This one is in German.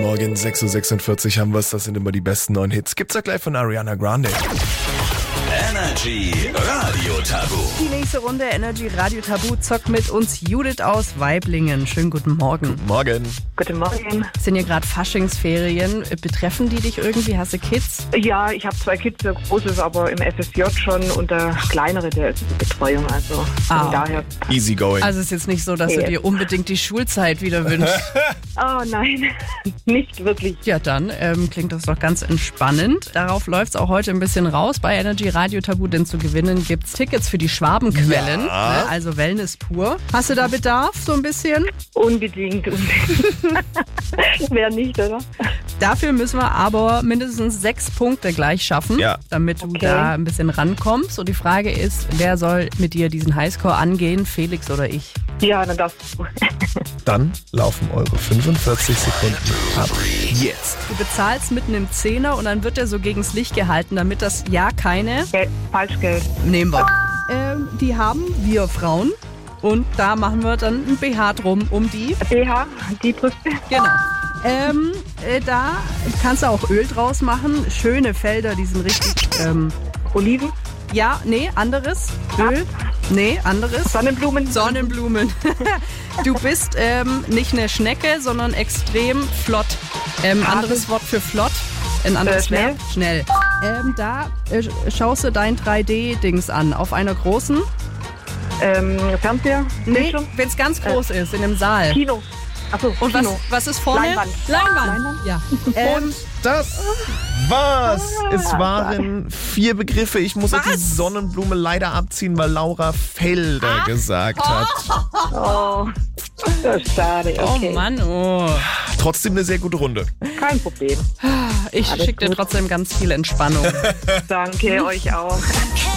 Morgen, 6.46 Uhr haben wir es. Das sind immer die besten neuen Hits. Gibt's ja gleich von Ariana Grande. Energy Radio Tabu. Die nächste Runde Energy Radio Tabu zockt mit uns Judith aus Weiblingen. Schönen guten Morgen. Morgen. Guten Morgen. Sind hier gerade Faschingsferien? Betreffen die dich irgendwie? Hast du Kids? Ja, ich habe zwei Kids, der Große ist aber im FSJ schon und der Kleinere, der ist in der Betreuung. Also von Ah. daher. Easy going. Also es ist jetzt nicht so, dass du Nee. dir unbedingt die Schulzeit wieder wünschst. Oh nein, nicht wirklich. Ja, dann ähm, klingt das doch ganz entspannend. Darauf läuft's auch heute ein bisschen raus bei Energy Radio Tabu, denn zu gewinnen gibt's Tickets für die Schwabenquellen, Ja. ne? also Wellness pur. Hast du da Bedarf so ein bisschen? Unbedingt. Wer nicht, oder? Dafür müssen wir aber mindestens sechs Punkte gleich schaffen, Ja. damit du Okay. da ein bisschen rankommst. Und die Frage ist, wer soll mit dir diesen Highscore angehen, Felix oder ich? Ja, dann darfst du. Dann laufen eure 45 Sekunden ab. Jetzt. Du bezahlst mit einem Zehner und dann wird er so gegens Licht gehalten, damit das ja keine Geld, Falschgeld. nehmen wir. Ähm, die haben wir Frauen und da machen wir dann ein BH drum um die. BH, E die Brüste. Genau. Ähm, äh, da kannst du auch Öl draus machen. Schöne Felder, die sind richtig. Ähm, Oliven, ja, nee, anderes. Öl. Nee, anderes. Sonnenblumen. Sonnenblumen. Du bist ähm, nicht eine Schnecke, sondern extrem flott. Ähm, anderes Wort für flott. Ein anderes Äh, schnell? Wort? Schnell. Ähm, da äh, sch- schaust du dein 3D-Dings an. Auf einer großen? ähm, Fernseher, Nee, Bildschirm, wenn es ganz groß ist, in einem Saal. Äh, Kino. Achso, Und was, Kino. was ist vorne? Leinwand. Leinwand. Leinwand? Ja. Ähm, Das war's. Es waren vier Begriffe. Ich muss jetzt die Was? Ah. Sonnenblume leider abziehen, weil Laura Felder gesagt hat. Oh, das ist schade. Okay. Oh Mann, oh. Trotzdem eine sehr gute Runde. Kein Problem. Ich schicke dir gut. trotzdem ganz viel Entspannung. Danke euch auch. Energy.